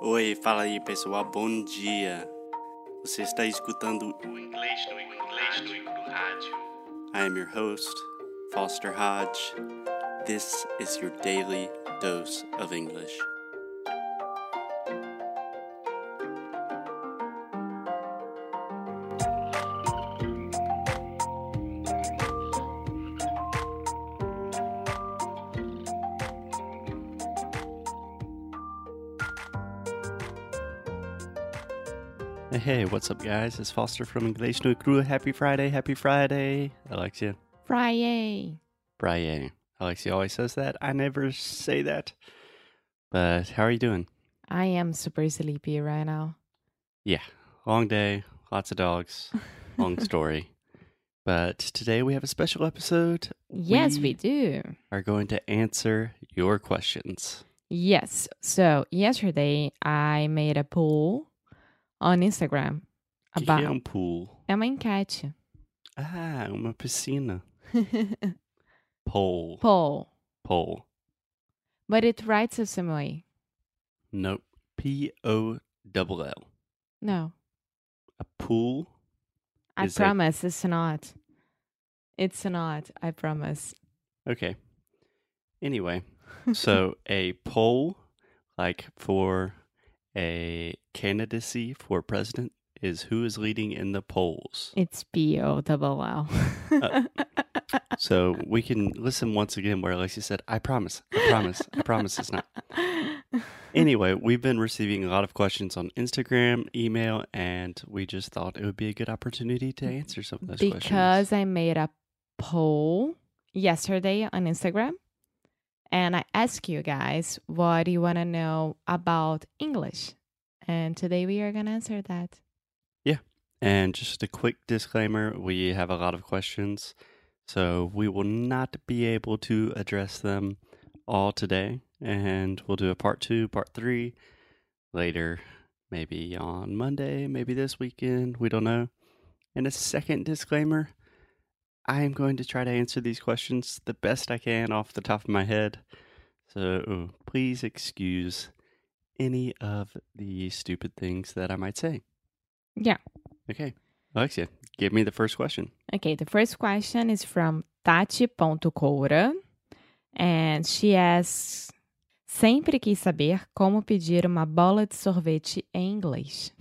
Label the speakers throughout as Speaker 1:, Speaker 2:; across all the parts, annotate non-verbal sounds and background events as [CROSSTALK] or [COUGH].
Speaker 1: Oi, fala aí pessoal, bom dia. Você está escutando
Speaker 2: O inglês no inglês no no rádio.
Speaker 1: I am your host, Foster Hodge. This is your daily dose of English. Hey, hey, what's up, guys? It's Foster from English No Crew. Happy Friday, happy Friday. Alexia.
Speaker 3: Friday.
Speaker 1: Brian. Alexia always says that. I never say that. But how are you doing?
Speaker 3: I am super sleepy right now.
Speaker 1: Yeah, long day, lots of dogs, long story. But today we have a special episode.
Speaker 3: Yes, we do.
Speaker 1: are going to answer your questions.
Speaker 3: Yes. So yesterday I made a poll on Instagram
Speaker 1: Que que é
Speaker 3: about
Speaker 1: um pool.
Speaker 3: é uma enquete.
Speaker 1: Ah, uma piscina. Pole.
Speaker 3: [LAUGHS] poll.
Speaker 1: Pole.
Speaker 3: But it writes the same way.
Speaker 1: Nope. P O double L.
Speaker 3: No.
Speaker 1: A pool.
Speaker 3: I
Speaker 1: It's like-
Speaker 3: promise it's not. It's not. I promise.
Speaker 1: Okay. Anyway, so a poll, like for a candidacy for president, is who is leading in the polls.
Speaker 3: It's P O double L.
Speaker 1: So we can listen once again where Alexia said, I promise, I promise, I promise it's not.
Speaker 3: [LAUGHS]
Speaker 1: Anyway, we've been receiving a lot of questions on Instagram, email, and we just thought it would be a good opportunity to answer some of those
Speaker 3: because
Speaker 1: questions.
Speaker 3: I made a poll yesterday on Instagram and I asked you guys what you want to know about English. And today we are going to answer that.
Speaker 1: And just a quick disclaimer we have a lot of questions, so we will not be able to address them all today. And we'll do a part two, part three later, maybe on Monday, maybe this weekend. We don't know. And a second disclaimer I am going to try to answer these questions the best I can off the top of my head. So please excuse any of the stupid things that I might say.
Speaker 3: Yeah.
Speaker 1: Okay. Alexia, give me the first
Speaker 3: [LAUGHS]
Speaker 1: question.
Speaker 3: Okay. The first question is from Tati.coura. And she asks: Sempre quis saber como pedir uma bola de sorvete em inglês.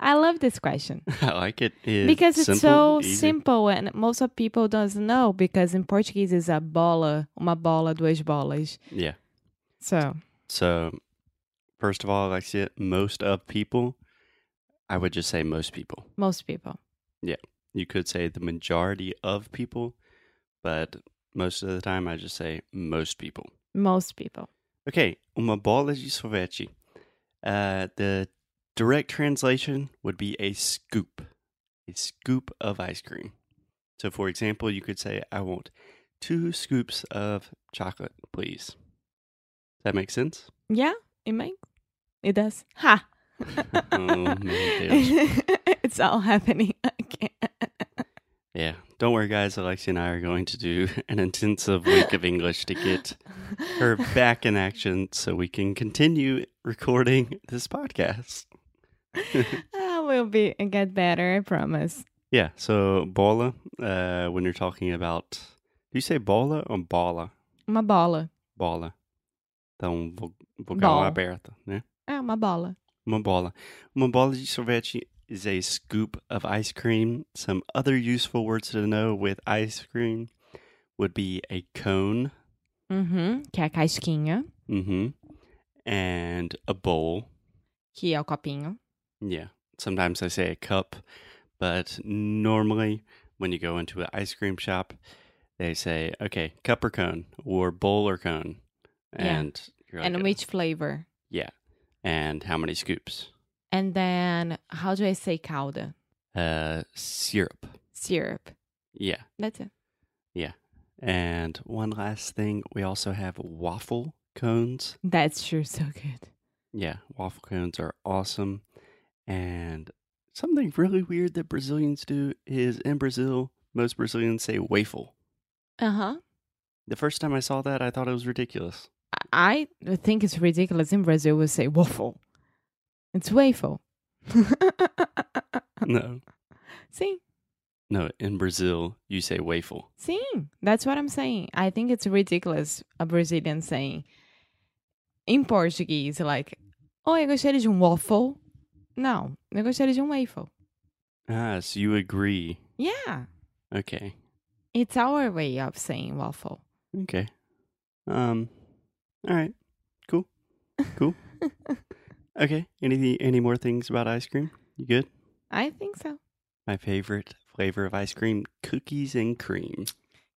Speaker 3: I love this question.
Speaker 1: I like it. It's
Speaker 3: because it's
Speaker 1: simple,
Speaker 3: so
Speaker 1: easy.
Speaker 3: simple and most of people doesn't know because in Portuguese it's a bola, uma bola, duas bolas.
Speaker 1: Yeah.
Speaker 3: So
Speaker 1: So, first of all, Alexia, most of people, I would just say most people.
Speaker 3: most people.
Speaker 1: You could say the majority of people, but most of the time I just say most people.
Speaker 3: Most people.
Speaker 1: Okay, uma bola de sorvete. Uh, the direct translation would be a scoop, a scoop of ice cream. So, for example, you could say, "I want two scoops of chocolate, please." Does that make sense?
Speaker 3: Yeah, it makes it does. Ha [LAUGHS]
Speaker 1: Oh, meu Deus.
Speaker 3: It's all happening [LAUGHS] again.
Speaker 1: Yeah. Don't worry, guys. Alexia and I are going to do [LAUGHS] an intensive week of English to get
Speaker 3: [LAUGHS]
Speaker 1: her back in action, so we can continue recording this podcast.
Speaker 3: I will Ah, be get better, I promise.
Speaker 1: Yeah, so bola, uh, when you're talking about, do you say bola or bola?
Speaker 3: Uma bola.
Speaker 1: Bola. Então, vo- vogal
Speaker 3: Bola.
Speaker 1: aberta, né?
Speaker 3: É Ah, uma bola.
Speaker 1: Uma bola. Uma bola de sorvete is a scoop of ice cream. Some other useful words to know with ice cream would be a cone
Speaker 3: Uhum, Mm-hmm. que é a casquinha,
Speaker 1: hmm and a bowl.
Speaker 3: que é o copinho.
Speaker 1: Yeah. Sometimes I say a cup, but normally when you go into an ice cream shop, they say, okay, cup or cone or bowl or cone.
Speaker 3: Yeah.
Speaker 1: And you're like,
Speaker 3: And which flavor?
Speaker 1: yeah. And how many scoops?
Speaker 3: And then how do I say calda?
Speaker 1: Uh, syrup.
Speaker 3: Syrup.
Speaker 1: Yeah.
Speaker 3: That's it.
Speaker 1: And one last thing, we also have waffle cones.
Speaker 3: That's sure so good.
Speaker 1: Yeah, waffle cones are awesome. And something really weird that Brazilians do is in Brazil, most Brazilians say waffle.
Speaker 3: Uh huh.
Speaker 1: The first time I saw that, I thought it was ridiculous.
Speaker 3: I think it's ridiculous. In Brazil, we say waffle. It's waffle.
Speaker 1: No,
Speaker 3: sim,
Speaker 1: no. In Brazil, you say waffle.
Speaker 3: sim. That's what I'm saying. I think it's ridiculous a Brazilian saying in Portuguese, like, oh, eu gostaria de um waffle. Não, eu gostaria de um waffle.
Speaker 1: Ah, so you agree?
Speaker 3: Yeah,
Speaker 1: Okay,
Speaker 3: it's our way of saying waffle.
Speaker 1: okay. Um, all right, cool, cool. okay, any any more things about ice cream? You good?
Speaker 3: I think so.
Speaker 1: My favorite flavor of ice cream: cookies and cream.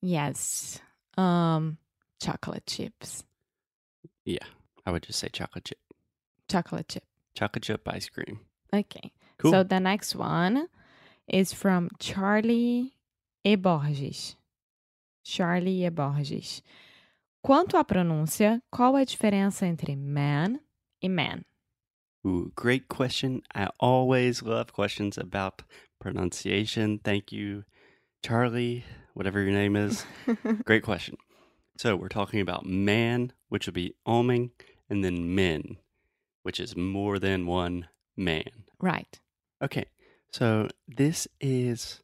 Speaker 3: Yes. Um, chocolate chips.
Speaker 1: I would just say chocolate chip,
Speaker 3: Chocolate chip.
Speaker 1: chocolate chip ice cream.
Speaker 3: Okay.
Speaker 1: Cool.
Speaker 3: So the next one is from Charlie E. Borges. Charlie E. Borges. Quanto à pronúncia, qual a diferença entre man
Speaker 1: [LAUGHS]
Speaker 3: e man?
Speaker 1: Ooh, great question. I always love questions about pronunciation. Thank you, Charlie, whatever your name is. great question. So, we're talking about man, which would be oming, and then men, which is more than one man.
Speaker 3: right.
Speaker 1: Okay. So, this is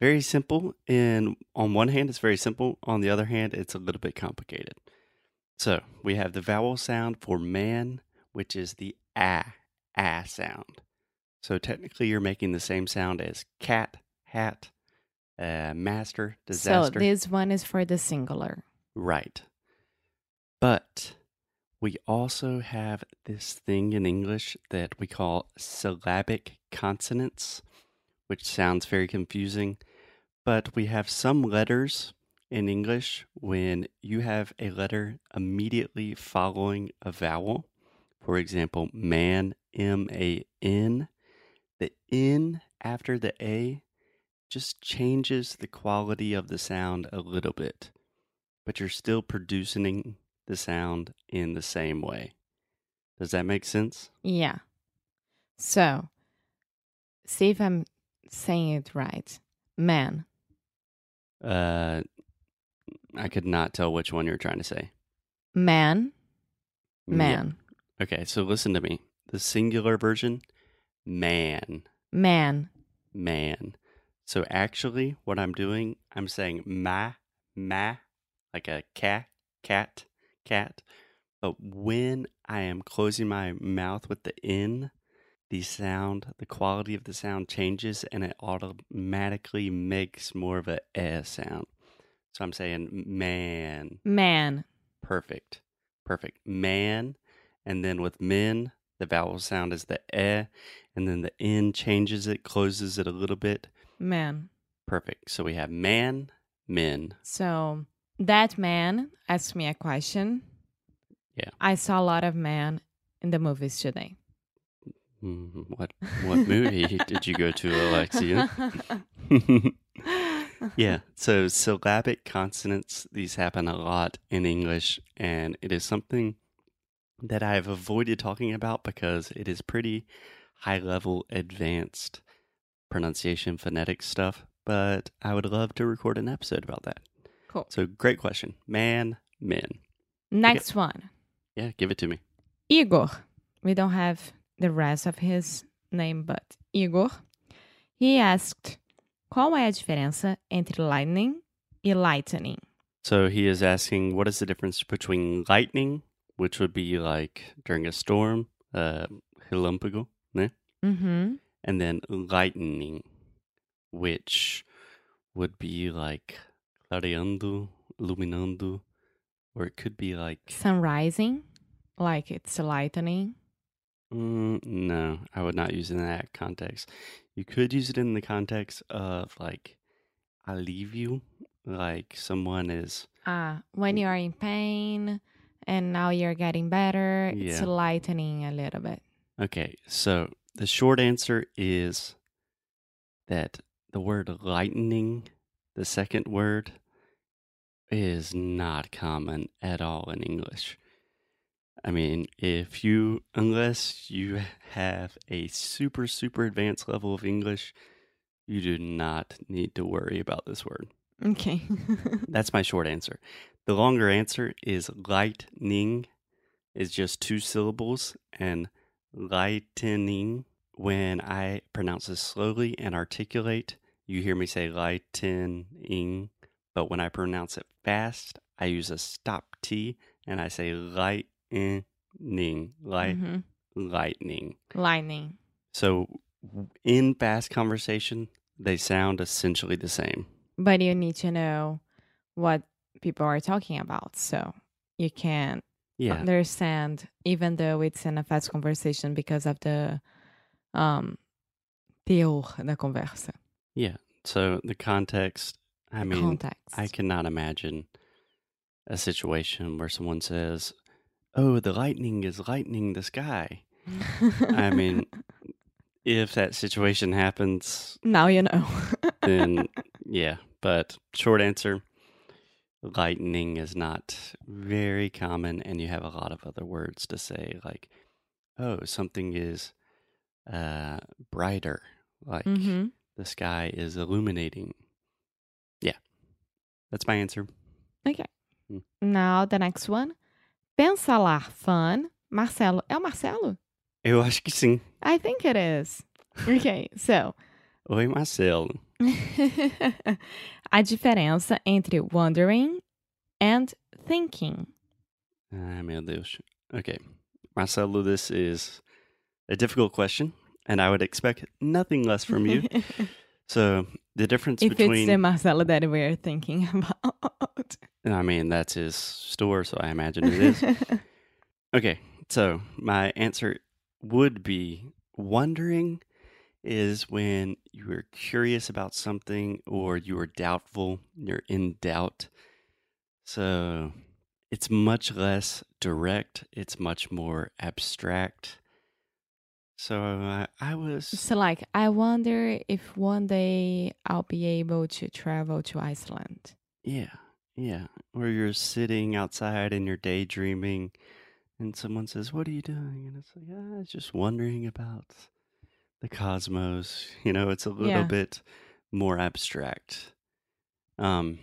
Speaker 1: very simple and on one hand it's very simple, on the other hand it's a little bit complicated. So, we have the vowel sound for man, which is the ah ah sound. So, technically you're making the same sound as cat, hat, uh, master, disaster.
Speaker 3: So this one is for the singular.
Speaker 1: Right. But we also have this thing in English that we call syllabic consonants, which sounds very confusing. But we have some letters in English when you have a letter immediately following a vowel. For example, man, M A N. The N after the A just changes the quality of the sound a little bit but you're still producing the sound in the same way. Does that make sense?
Speaker 3: Yeah. So, see if I'm saying it right. Man.
Speaker 1: Uh, I could not tell which one you're trying to say.
Speaker 3: Man.
Speaker 1: Yeah.
Speaker 3: Man.
Speaker 1: Okay, so listen to me. The singular version, man,
Speaker 3: Man.
Speaker 1: man. So actually, what I'm doing, I'm saying ma, ma, like a cat, cat, cat. But when I am closing my mouth with the N, the sound, the quality of the sound changes and it automatically makes more of a S sound. So I'm saying man,
Speaker 3: Man.
Speaker 1: perfect, perfect, man. And then with men, the vowel sound is the E, and then the N changes it, closes it a little bit.
Speaker 3: Man.
Speaker 1: Perfect. So we have man, men.
Speaker 3: So that man asked me a question.
Speaker 1: Yeah.
Speaker 3: I saw a lot of men in the movies today.
Speaker 1: Mm, What what
Speaker 3: [LAUGHS]
Speaker 1: movie did you go to, Alexia? yeah. So syllabic consonants, these happen a lot in English, and it is something that I have avoided talking about because it is pretty high level, advanced pronunciation, phonetic stuff. But I would love to record an episode about that.
Speaker 3: Cool.
Speaker 1: So great question. Man, men.
Speaker 3: Next one.
Speaker 1: Yeah, give it to me.
Speaker 3: Igor. We don't have the rest of his name, but Igor. He asked, qual é a diferença entre lightning e lightning?
Speaker 1: So he is asking, what is the difference between lightning, which would be like during a storm, uh, relâmpago, né?
Speaker 3: Uhum.
Speaker 1: and then lightning, which would be like clareando, iluminando, or it could be like,
Speaker 3: Sun rising, like it's lightning.
Speaker 1: mm, no, I would not use it in that context. You could use it in the context of like, I leave you, like someone is
Speaker 3: Ah, when you are in pain and now you're getting better, it's
Speaker 1: Yeah.
Speaker 3: lightening a little bit.
Speaker 1: Okay, so the short answer is that the word lightning, the second word, is not common at all in English. I mean, if you, unless you have a super, super advanced level of English, you do not need to worry about this word.
Speaker 3: Okay.
Speaker 1: That's my short answer. The longer answer is lightning, is just two syllables, and lightning. When I pronounce this slowly and articulate, you hear me say lightning, but when I pronounce it fast, I use a stop T and I say lightning, light,
Speaker 3: Uhum.
Speaker 1: lightning.
Speaker 3: Lightning.
Speaker 1: So in fast conversation, they sound essentially the same.
Speaker 3: But you need to know what people are talking about. So you can
Speaker 1: Yeah.
Speaker 3: understand, even though it's in a fast conversation because of the um teor da conversa.
Speaker 1: Yeah. So the context, I mean,
Speaker 3: context.
Speaker 1: I cannot imagine a situation where someone says, Oh, the lightning is lightning the sky. I mean, if that situation happens,
Speaker 3: [LAUGHS] now you know. [LAUGHS]
Speaker 1: then yeah. But short answer lightning is not very common, and you have a lot of other words to say, like, Oh, something is uh, brighter. Like,
Speaker 3: Mhm.
Speaker 1: the sky is illuminating. Yeah. That's my answer.
Speaker 3: Now the next one. Pensalar fun. Marcelo. É o Marcelo?
Speaker 1: Eu acho que sim.
Speaker 3: I think it is. Okay, so. [LAUGHS]
Speaker 1: Oi, Marcelo.
Speaker 3: a diferença entre wondering and thinking.
Speaker 1: Ai, Ah, meu Deus. Okay. Marcelo, this is a difficult question, and I would expect nothing less from
Speaker 3: [LAUGHS]
Speaker 1: you. so, the difference
Speaker 3: if it's
Speaker 1: between.
Speaker 3: the Marcelo that we're thinking [LAUGHS] about.
Speaker 1: I mean, that's his store, so I imagine it is. Okay, so my answer would be wondering is when you are curious about something or you are doubtful, you're in doubt. So it's much less direct, it's much more abstract. So I, I was,
Speaker 3: so, like, I wonder if one day I'll be able to travel to Iceland.
Speaker 1: yeah, yeah. Or you're sitting outside and you're daydreaming, and someone says, What are you doing? And it's like, ah, I was just wondering about the cosmos. [LAUGHS] You know, it's a little
Speaker 3: Yeah.
Speaker 1: bit more abstract. Um,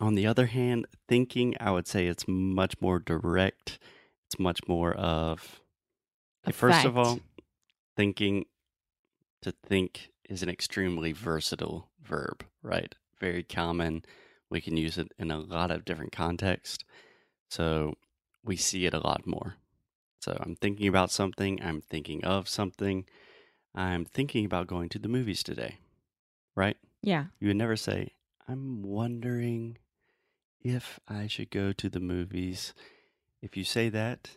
Speaker 1: on the other hand, thinking, I would say it's much more direct. It's much more of,
Speaker 3: A
Speaker 1: first of
Speaker 3: fact.
Speaker 1: all, thinking to think is an extremely versatile verb, right? Very common. We can use it in a lot of different contexts. So we see it a lot more. So I'm thinking about something, I'm thinking of something, I'm thinking about going to the movies today, right?
Speaker 3: Yeah.
Speaker 1: You would never say, I'm wondering if I should go to the movies. If you say that,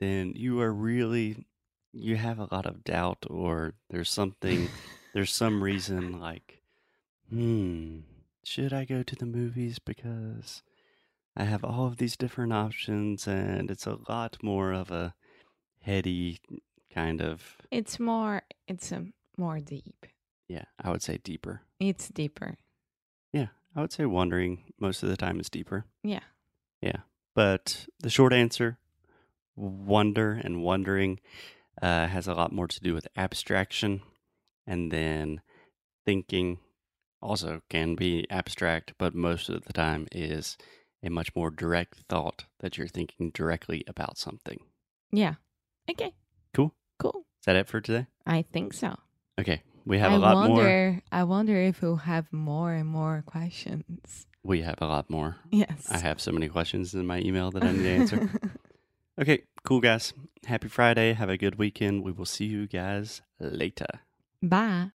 Speaker 1: then you are really, you have a lot of doubt, or there's
Speaker 3: [LAUGHS]
Speaker 1: something, there's some reason like, hmm, should I go to the movies? Because I have all of these different options, and it's a lot more of a heady kind of,
Speaker 3: It's more, it's um more deep.
Speaker 1: yeah, I would say deeper.
Speaker 3: It's deeper.
Speaker 1: I would say wondering most of the time is deeper.
Speaker 3: Yeah.
Speaker 1: Yeah. But the short answer, wonder and wondering uh, has a lot more to do with abstraction. And then thinking also can be abstract, but most of the time is a much more direct thought that you're thinking directly about something.
Speaker 3: Yeah. Okay.
Speaker 1: Cool.
Speaker 3: Cool.
Speaker 1: Is that it for today?
Speaker 3: I think so.
Speaker 1: Okay. We have
Speaker 3: I
Speaker 1: a lot more.
Speaker 3: wonder. I wonder if we'll have more and more questions.
Speaker 1: We have a lot more.
Speaker 3: Yes.
Speaker 1: I have so many questions in my email that I need to
Speaker 3: [LAUGHS]
Speaker 1: answer. Okay, cool guys. Happy Friday. Have a good weekend. We will see you guys later.
Speaker 3: Bye.